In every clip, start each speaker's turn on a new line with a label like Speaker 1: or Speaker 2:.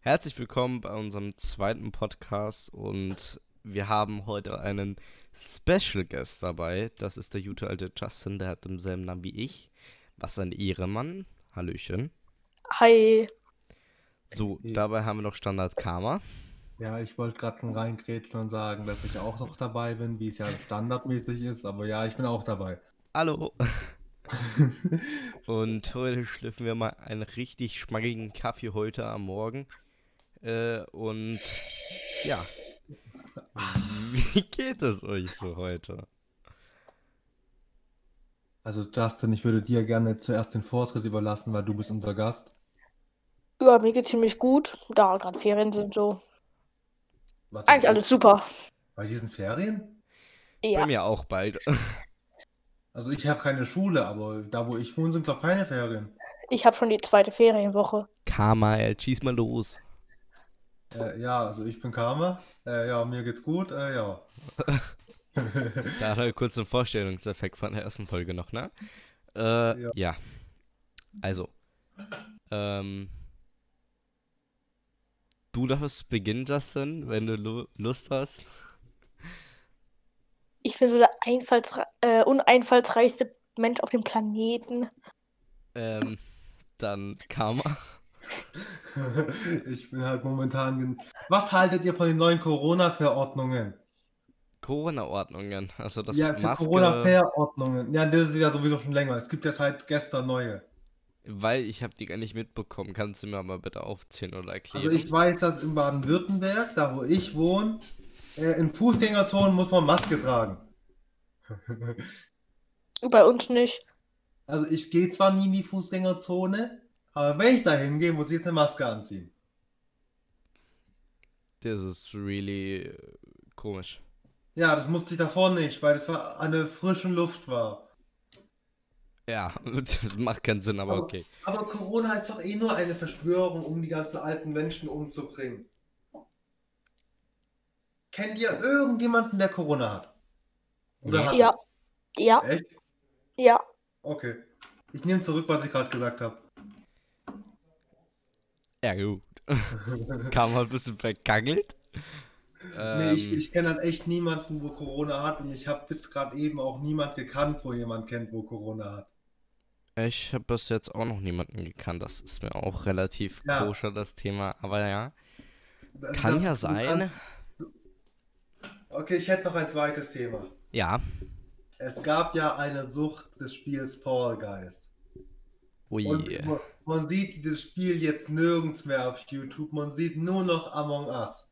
Speaker 1: Herzlich willkommen bei unserem zweiten Podcast und wir haben heute einen Special Guest dabei. Das ist der gute alte Justin, der hat denselben Namen wie ich. Was ein Ehremann. Hallöchen.
Speaker 2: Hi.
Speaker 1: So, dabei haben wir noch Standard Karma.
Speaker 3: Ja, ich wollte gerade schon reingrätschen und sagen, dass ich auch noch dabei bin, wie es ja standardmäßig ist, aber ja, ich bin auch dabei.
Speaker 1: Hallo. und heute schlüpfen wir mal einen richtig schmackigen Kaffee heute am Morgen. Äh, und ja. Wie geht es euch so heute?
Speaker 3: Also Justin, ich würde dir gerne zuerst den Vortritt überlassen, weil du bist unser Gast.
Speaker 2: Ja, mir geht's ziemlich gut, da gerade Ferien sind so.
Speaker 3: Warte,
Speaker 2: Eigentlich alles super.
Speaker 3: Bei diesen Ferien?
Speaker 1: Bei
Speaker 2: Ja.
Speaker 1: mir auch bald.
Speaker 3: Also ich habe keine Schule, aber da wo ich wohne, sind glaube keine Ferien.
Speaker 2: Ich habe schon die zweite Ferienwoche.
Speaker 1: Karma, jetzt schieß mal los.
Speaker 3: Äh, ja, also ich bin Karma. Äh, ja, mir geht's gut. Äh, ja.
Speaker 1: Da hat er kurz einen Vorstellungseffekt von der ersten Folge noch, ne? Äh, ja.
Speaker 3: Ja.
Speaker 1: Also. Ähm, du darfst beginnen, Justin, wenn du lu Lust hast.
Speaker 2: Ich bin so der einfallsre äh, uneinfallsreichste Mensch auf dem Planeten.
Speaker 1: Ähm, dann Karma.
Speaker 3: ich bin halt momentan. gen- Was haltet ihr von den neuen Corona-Verordnungen?
Speaker 1: Corona-Ordnungen. Also das
Speaker 3: Ja,
Speaker 1: mit Maske.
Speaker 3: Corona-Verordnungen. Ja, das ist ja sowieso schon länger. Es gibt jetzt halt gestern neue.
Speaker 1: Weil ich habe die gar nicht mitbekommen. Kannst du mir mal bitte aufzählen oder erklären?
Speaker 3: Also ich weiß, dass in Baden-Württemberg, da wo ich wohne, äh, in Fußgängerzonen muss man Maske tragen.
Speaker 2: Bei uns nicht.
Speaker 3: Also ich gehe zwar nie in die Fußgängerzone, aber wenn ich da hingehe, muss ich jetzt eine Maske anziehen.
Speaker 1: das ist really äh, komisch.
Speaker 3: Ja, das musste ich davor nicht, weil das war an der frischen Luft war.
Speaker 1: Ja, das macht keinen Sinn, aber okay.
Speaker 3: Aber Corona ist doch eh nur eine Verschwörung, um die ganzen alten Menschen umzubringen. Kennt ihr irgendjemanden, der Corona hat? Oder
Speaker 1: Nee.
Speaker 3: hat?
Speaker 2: Ja. Ja,
Speaker 3: Echt?
Speaker 2: ja.
Speaker 3: Okay. Ich nehme zurück, was ich gerade gesagt habe.
Speaker 1: Ja, gut. Kam halt ein bisschen verkangelt.
Speaker 3: Nee, ich,
Speaker 1: Ähm,
Speaker 3: ich kenne halt echt niemanden, wo Corona hat und ich habe bis gerade eben auch niemand gekannt, wo jemand kennt, wo Corona hat.
Speaker 1: ich habe bis jetzt auch noch niemanden gekannt. Das ist mir auch relativ
Speaker 3: Ja.
Speaker 1: koscher, das Thema. Aber ja,
Speaker 3: Das- halt
Speaker 1: kann
Speaker 3: das-
Speaker 1: ja sein.
Speaker 3: Okay, ich hätte noch ein zweites Thema.
Speaker 1: Ja.
Speaker 3: Es gab ja eine Sucht des Spiels Fall Guys. Und
Speaker 1: Ui.
Speaker 3: man, man sieht dieses Spiel jetzt nirgends mehr auf YouTube. Man sieht nur noch Among Us.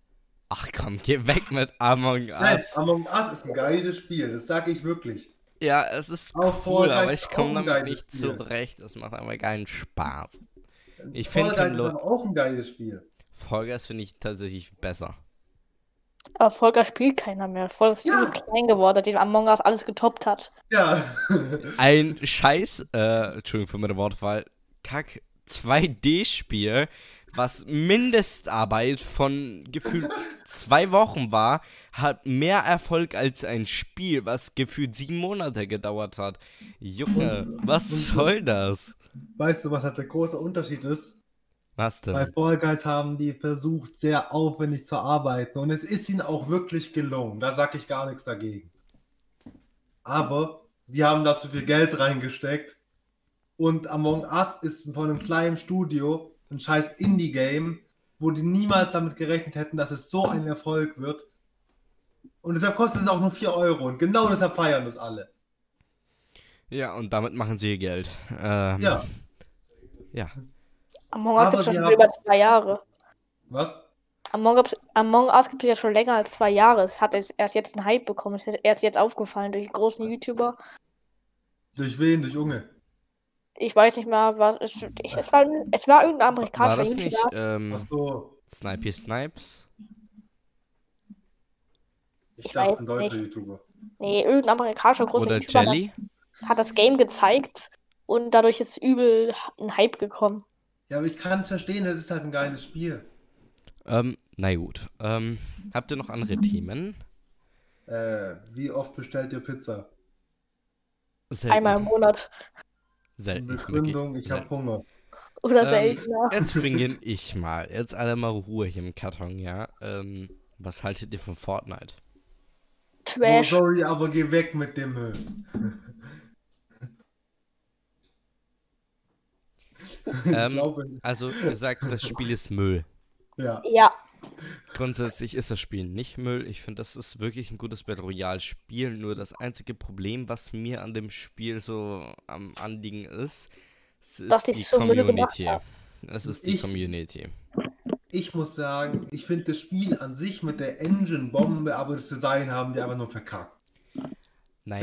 Speaker 1: Ach komm, geh weg mit Among
Speaker 3: Nein,
Speaker 1: Us.
Speaker 3: Among Us ist ein geiles Spiel, das sage ich wirklich.
Speaker 1: Ja, es ist
Speaker 3: Auch
Speaker 1: cool,
Speaker 3: Fall
Speaker 1: aber
Speaker 3: Guys
Speaker 1: ich
Speaker 3: auch
Speaker 1: komme
Speaker 3: ein
Speaker 1: damit
Speaker 3: geiles
Speaker 1: nicht
Speaker 3: Spiel.
Speaker 1: zurecht. Es macht einfach keinen Spaß. Ich
Speaker 3: Fall
Speaker 1: find, wenn
Speaker 3: Guys ist
Speaker 1: Leu-
Speaker 3: aber auch ein geiles Spiel.
Speaker 1: Vollgas finde ich tatsächlich besser.
Speaker 2: Aber Volker spielt keiner mehr. Volker ist
Speaker 3: Ja.
Speaker 2: ja. klein geworden, den Among Us alles getoppt hat.
Speaker 3: Ja.
Speaker 1: Ein Scheiß, äh, Entschuldigung für meine Wortwahl, Kack 2D-Spiel, was Mindestarbeit von gefühlt zwei Wochen war, hat mehr Erfolg als ein Spiel, was gefühlt sieben Monate gedauert hat. Junge, was soll das?
Speaker 3: Weißt du, was halt der große Unterschied ist?
Speaker 1: Was
Speaker 3: Bei
Speaker 1: denn?
Speaker 3: Fall Guys haben die versucht, sehr aufwendig zu arbeiten und es ist ihnen auch wirklich gelungen. Da sage ich gar nichts dagegen. Aber die haben da zu viel Geld reingesteckt und Among Us ist von einem kleinen Studio, ein scheiß Indie-Game, wo die niemals damit gerechnet hätten, dass es so ein Erfolg wird. Und deshalb kostet es auch nur 4 Euro und genau deshalb feiern das alle.
Speaker 1: Ja, und damit machen sie ihr Geld. Ähm,
Speaker 3: Ja,
Speaker 1: ja.
Speaker 2: Among Us
Speaker 3: Aber
Speaker 2: gibt es schon
Speaker 3: wir
Speaker 2: schon
Speaker 3: haben-
Speaker 2: über zwei Jahre.
Speaker 3: was?
Speaker 2: Among Us, Among Us gibt es ja schon länger als zwei Jahre. Es hat jetzt- erst jetzt einen Hype bekommen. Es ist erst jetzt aufgefallen durch die großen YouTuber.
Speaker 3: Durch wen? Durch Unge.
Speaker 2: Ich weiß nicht mehr, was. Es, ich, es, war, es war irgendein
Speaker 1: War
Speaker 2: amerikanischer
Speaker 1: das nicht
Speaker 2: YouTuber.
Speaker 1: ähm,
Speaker 3: Ach so.
Speaker 1: Snipey Snipes?
Speaker 3: Ich,
Speaker 2: Ich
Speaker 3: dachte,
Speaker 2: weiß
Speaker 3: ein deutscher
Speaker 2: nicht.
Speaker 3: YouTuber.
Speaker 2: Nee, irgendein amerikanischer großer
Speaker 1: Oder
Speaker 2: YouTuber
Speaker 1: Jelly?
Speaker 2: Hat, hat das Game gezeigt und dadurch ist übel ein Hype gekommen.
Speaker 3: Ja, aber ich kann es verstehen, das ist halt ein geiles Spiel.
Speaker 1: Ähm, na gut. Ähm, habt ihr noch andere Themen?
Speaker 3: Äh, wie oft bestellt ihr Pizza?
Speaker 1: Selten.
Speaker 2: Einmal im Monat.
Speaker 1: Selten.
Speaker 3: Begründung,
Speaker 1: wirklich
Speaker 3: ich habe
Speaker 1: selten.
Speaker 3: Hunger.
Speaker 2: Oder
Speaker 1: Ähm,
Speaker 2: seltener.
Speaker 1: Jetzt beginne ich mal. Jetzt alle mal Ruhe hier im Karton, ja. Ähm, was haltet ihr von Fortnite?
Speaker 3: Oh,
Speaker 2: Trash.
Speaker 3: sorry, aber geh weg mit dem Müll.
Speaker 1: Ähm,
Speaker 3: glaube nicht.
Speaker 1: also, ihr sagt, das Spiel ist Müll.
Speaker 3: Ja.
Speaker 2: Ja.
Speaker 1: Grundsätzlich ist das Spiel nicht Müll. Ich finde, das ist wirklich ein gutes Battle Royale-Spiel. Nur das einzige Problem, was mir an dem Spiel so am Anliegen ist, es ist
Speaker 2: Dass die
Speaker 1: die
Speaker 2: so Müll gemacht
Speaker 1: Community. Es ist die
Speaker 3: Ich-
Speaker 1: Community.
Speaker 3: Ich muss sagen, ich finde das Spiel an sich mit der Engine-Bombe, aber das Design haben die einfach nur verkackt.
Speaker 1: Naja,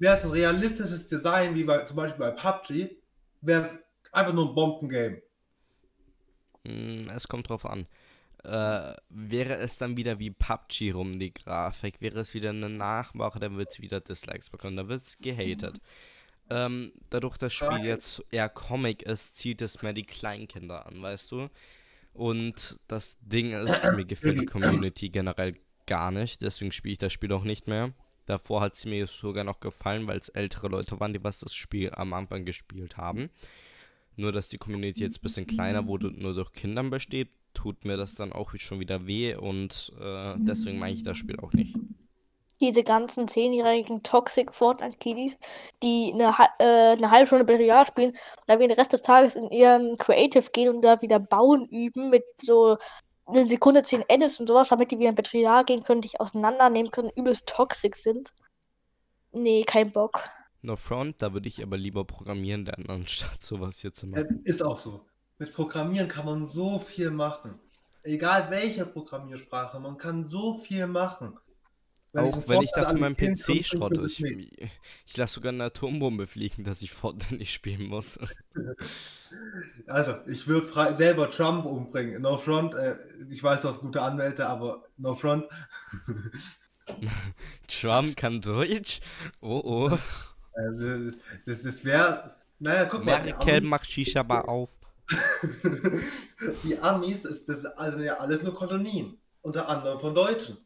Speaker 3: Wäre es ein realistisches Design, wie bei, zum Beispiel bei PUBG, wäre es einfach nur ein Bomben-Game.
Speaker 1: Mm, Es kommt drauf an. Äh, wäre es dann wieder wie PUBG rum, die Grafik, wäre es wieder eine Nachmache, dann wird es wieder Dislikes bekommen, dann wird es gehatet. Ähm, dadurch, das Spiel jetzt eher Comic ist, zieht es mehr die Kleinkinder an, weißt du? Und das Ding ist, mir gefällt die Community generell gar nicht, deswegen spiele ich das Spiel auch nicht mehr. Davor hat es mir sogar noch gefallen, weil es ältere Leute waren, die was das Spiel am Anfang gespielt haben. Nur, dass die Community jetzt ein bisschen kleiner wurde und nur durch Kindern besteht, tut mir das dann auch schon wieder weh und äh, deswegen meine ich das Spiel auch nicht.
Speaker 2: Diese ganzen zehnjährigen Toxic Fortnite Kiddies, die eine, ha- äh, eine halbe Stunde Battle Royale spielen und dann den Rest des Tages in ihren Creative gehen und da wieder bauen üben mit so eine Sekunde zehn Edits und sowas, damit die wieder in Battle Royale gehen können, dich auseinandernehmen können, übelst toxic sind. Nee, kein Bock.
Speaker 1: No Front, da würde ich aber lieber programmieren lernen, anstatt sowas hier zu
Speaker 3: Ja,
Speaker 1: machen.
Speaker 3: Äh, Ist auch so. Mit Programmieren kann man so viel machen. Egal welche Programmiersprache, man kann so viel machen.
Speaker 1: auch wenn ich
Speaker 3: Fortnite
Speaker 1: dafür meinen
Speaker 3: an den Kind
Speaker 1: PC
Speaker 3: komme,
Speaker 1: schrotte.
Speaker 3: bringt
Speaker 1: Ich,
Speaker 3: mir das nichts.
Speaker 1: ich lasse sogar eine Atombombe fliegen, dass ich Fortnite nicht spielen muss.
Speaker 3: Also, ich würde selber Trump umbringen. No front. Äh, ich weiß, du hast gute Anwälte, aber no front.
Speaker 1: Trump kann Deutsch? Oh oh.
Speaker 3: Also, das das wäre. Naja, guck mal. die
Speaker 1: Merkel
Speaker 3: Amis-
Speaker 1: macht Shisha-Bar auf.
Speaker 3: Die Amis ist das also ja alles nur Kolonien. Unter anderem von Deutschen.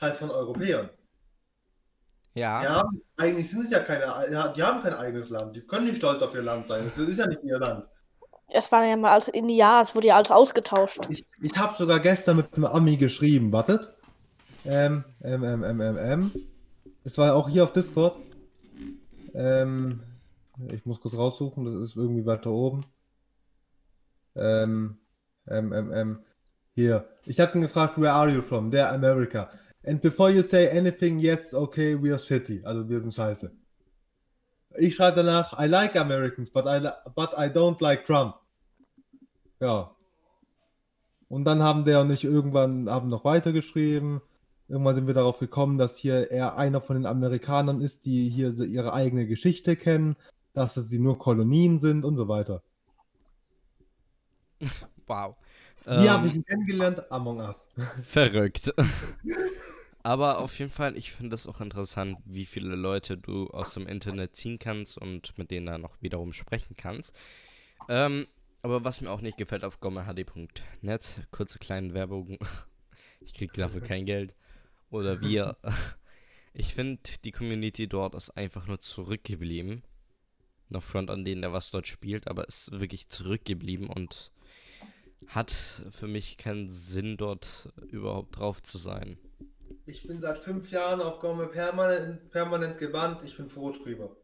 Speaker 3: Halt von Europäern.
Speaker 1: Ja,
Speaker 3: Die haben, eigentlich sind es ja keine, ja, die haben kein eigenes Land. Die können nicht stolz auf ihr Land sein. Das ist ja nicht ihr Land.
Speaker 2: Es waren ja mal also in die Jahre, es wurde ja alles ausgetauscht.
Speaker 3: Ich, ich habe sogar gestern mit einem Ami geschrieben. Wartet. Ähm, ähm, ähm, ähm, ähm, ähm. Es war auch hier auf Discord. Ähm, ich muss kurz raussuchen. Das ist irgendwie weiter oben. Ähm, ähm, ähm, ähm. Hier. Ich habe ihn gefragt, where are you from? Der America. And before you say anything, yes, okay, we are shitty. Also wir sind scheiße. Ich schreibe danach, I like Americans, but I, li- but I don't like Trump. Ja, und dann haben der und ich irgendwann haben noch weitergeschrieben. Irgendwann sind wir darauf gekommen, dass hier er einer von den Amerikanern ist, die hier so ihre eigene Geschichte kennen, dass sie nur Kolonien sind und so weiter.
Speaker 1: wow.
Speaker 3: Wie habe
Speaker 1: Ähm,
Speaker 3: ich ihn kennengelernt? Among Us.
Speaker 1: Verrückt. Aber auf jeden Fall, ich finde das auch interessant, wie viele Leute du aus dem Internet ziehen kannst und mit denen dann auch wiederum sprechen kannst. Ähm, aber was mir auch nicht gefällt auf gomahd.net, kurze kleine Werbung. Ich krieg dafür kein Geld. Oder wir. Ich finde, die Community dort ist einfach nur zurückgeblieben. Noch Front an denen, der was dort spielt, aber ist wirklich zurückgeblieben und hat für mich keinen Sinn, dort überhaupt drauf zu sein.
Speaker 3: Ich bin seit fünf Jahren auf Gomme permanent, permanent gebannt. Ich bin froh drüber.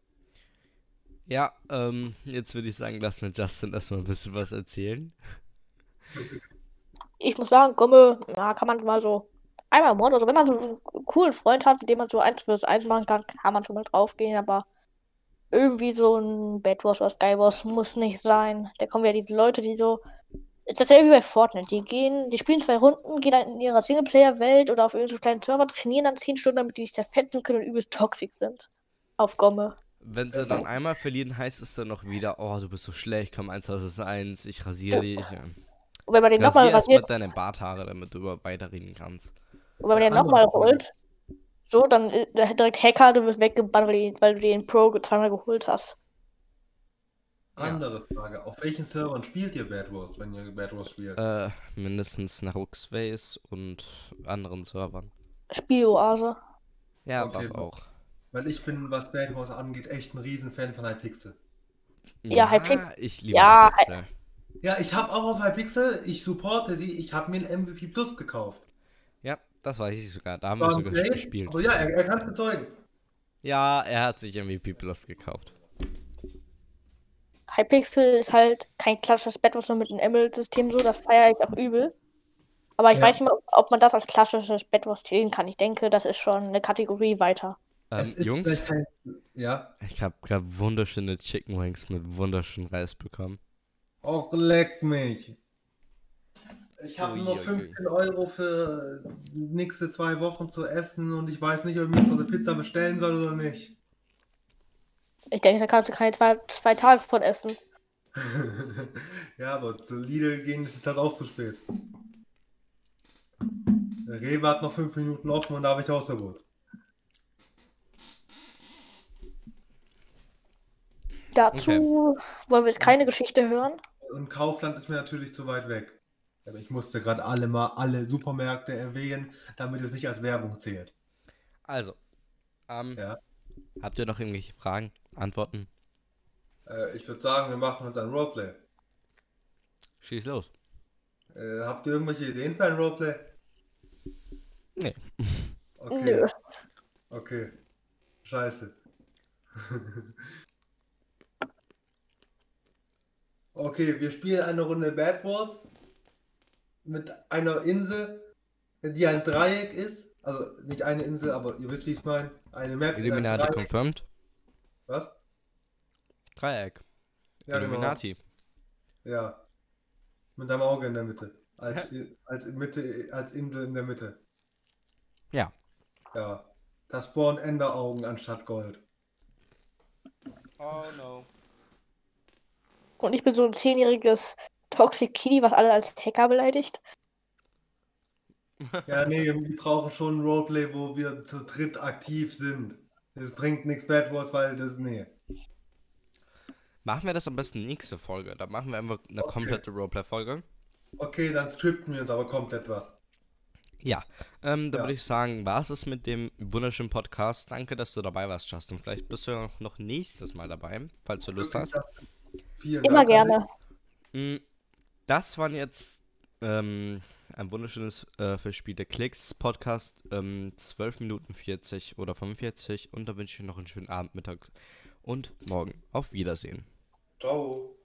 Speaker 1: Ja, ähm, jetzt würde ich sagen, lass mir Justin erstmal ein bisschen was erzählen.
Speaker 2: ich muss sagen, Gomme, ja, kann man mal so einmal im Monat, also wenn man so einen coolen Freund hat, mit dem man so eins plus eins machen kann, kann man schon mal draufgehen, aber irgendwie so ein Bad Wars oder Skywars muss nicht sein. Da kommen ja diese Leute, die so. Ist dasselbe wie bei Fortnite. Die gehen, die spielen zwei Runden, gehen dann in ihrer Singleplayer-Welt oder auf irgendeinem kleinen Server, trainieren dann 10 Stunden, damit die sich zerfetzen können und übelst toxisch sind. Auf Gomme.
Speaker 1: Wenn sie dann einmal verlieren, heißt es dann noch wieder, oh, du bist so schlecht, komm, 1 vs 1, ich rasiere dich.
Speaker 2: Und wenn man den nochmal
Speaker 1: Rasier erstmal
Speaker 2: rasiert,
Speaker 1: deine Barthaare, damit du über weiterreden kannst.
Speaker 2: und wenn man den
Speaker 3: Andere
Speaker 2: nochmal
Speaker 3: Frage.
Speaker 2: holt, so, dann äh, direkt Hacker, du wirst weggebannt, weil du den- weil du den Pro ge- zweimal geholt hast.
Speaker 1: Ja.
Speaker 3: Andere Frage. Auf welchen Servern spielt ihr Bad Wars, wenn ihr Bad Wars spielt?
Speaker 1: Äh, mindestens nach Oakspace und anderen Servern.
Speaker 2: Spieloase.
Speaker 1: Ja,
Speaker 3: Okay,
Speaker 1: das
Speaker 3: so.
Speaker 1: auch.
Speaker 3: Weil ich bin, was Bad Wars angeht, echt ein Riesenfan von Hypixel.
Speaker 2: Ja, Hypixel.
Speaker 1: Ich liebe halt
Speaker 2: Ja,
Speaker 1: Hypixel.
Speaker 3: Ja, ich habe auch auf Hypixel, ich supporte die, ich habe mir ein MVP Plus gekauft.
Speaker 1: Ja, das weiß ich sogar. Da haben
Speaker 3: War
Speaker 1: wir
Speaker 3: ein
Speaker 1: sogar
Speaker 3: Play,
Speaker 1: gespielt.
Speaker 3: Aber ja, er, er kann es bezeugen.
Speaker 1: Ja, er hat sich MVP Plus gekauft.
Speaker 2: Hypixel ist halt kein klassisches Bedwars, nur mit einem Emerald-System so, das feiere ich auch übel. Aber ich
Speaker 3: Ja.
Speaker 2: weiß nicht mal, ob- ob man das als klassisches Bedwars zählen kann. Ich denke, das ist schon eine Kategorie weiter.
Speaker 1: Ähm,
Speaker 3: es ist
Speaker 1: Jungs,
Speaker 3: vielleicht kein, ja,
Speaker 1: ich habe gerade wunderschöne Chicken Wings mit wunderschönen Reis bekommen.
Speaker 3: auch leck mich. Ich habe
Speaker 1: Ui,
Speaker 3: nur
Speaker 1: ui, ui.
Speaker 3: 15 Euro für nächste zwei Wochen zu essen und ich weiß nicht, ob ich mir jetzt noch eine Pizza bestellen soll oder nicht.
Speaker 2: Ich denke, da kannst du keine zwei, zwei Tage von essen.
Speaker 3: ja, aber zu Lidl gehen ist es halt auch zu spät. Der Rewe hat noch 5 Minuten offen und da habe ich Hausverbot.
Speaker 2: Dazu wollen wir jetzt keine Geschichte hören.
Speaker 3: Und Kaufland ist mir natürlich zu weit weg. Aber ich musste gerade alle mal alle Supermärkte erwähnen, damit es nicht als Werbung zählt.
Speaker 1: Also, ähm,
Speaker 3: Ja.
Speaker 1: habt ihr noch irgendwelche Fragen, Antworten?
Speaker 3: Äh, ich würde sagen, wir machen uns ein Roleplay.
Speaker 1: Schieß los.
Speaker 3: Äh, habt ihr irgendwelche Ideen für ein Roleplay?
Speaker 1: Nee.
Speaker 3: Okay.
Speaker 2: Nö.
Speaker 3: Okay. Scheiße. okay, wir spielen eine Runde Bad Wars mit einer Insel, die ein Dreieck ist. Also nicht eine Insel, aber ihr wisst, wie ich es meine. Eine Map. mit einem
Speaker 1: Illuminati
Speaker 3: Dreieck.
Speaker 1: confirmed.
Speaker 3: Was?
Speaker 1: Dreieck.
Speaker 3: Ja, genau.
Speaker 1: Illuminati.
Speaker 3: Ja. Mit einem Auge in der Mitte. Als, als, Mitte, als Insel in der Mitte.
Speaker 1: Ja.
Speaker 3: Ja. Das spawnen Enderaugen anstatt Gold.
Speaker 1: Oh no.
Speaker 2: Und ich bin so ein zehnjähriges Toxic Kitty, was alle als Hacker beleidigt.
Speaker 3: Ja, nee, wir brauchen schon ein Roleplay, wo wir zu dritt aktiv sind. Es bringt nichts Bad Wars, weil das, nee.
Speaker 1: Machen wir das am besten nächste Folge. Da machen wir einfach eine komplette Roleplay-Folge.
Speaker 3: Okay, dann skripten wir uns aber komplett was.
Speaker 1: Ja, ähm, da
Speaker 3: Ja.
Speaker 1: würde ich sagen, war es es mit dem wunderschönen Podcast. Danke, dass du dabei warst, Justin. Vielleicht bist du ja noch- noch nächstes Mal dabei, falls du Lust hast.
Speaker 3: Vielen
Speaker 2: Immer
Speaker 3: Dank.
Speaker 2: gerne.
Speaker 1: Mm, Das waren jetzt ähm, ein wunderschönes äh, verspielte Klicks Podcast, ähm, 12 Minuten 40 oder 45. Und da wünsche ich dir noch einen schönen Abend, Mittag und morgen. Auf Wiedersehen.
Speaker 3: Ciao.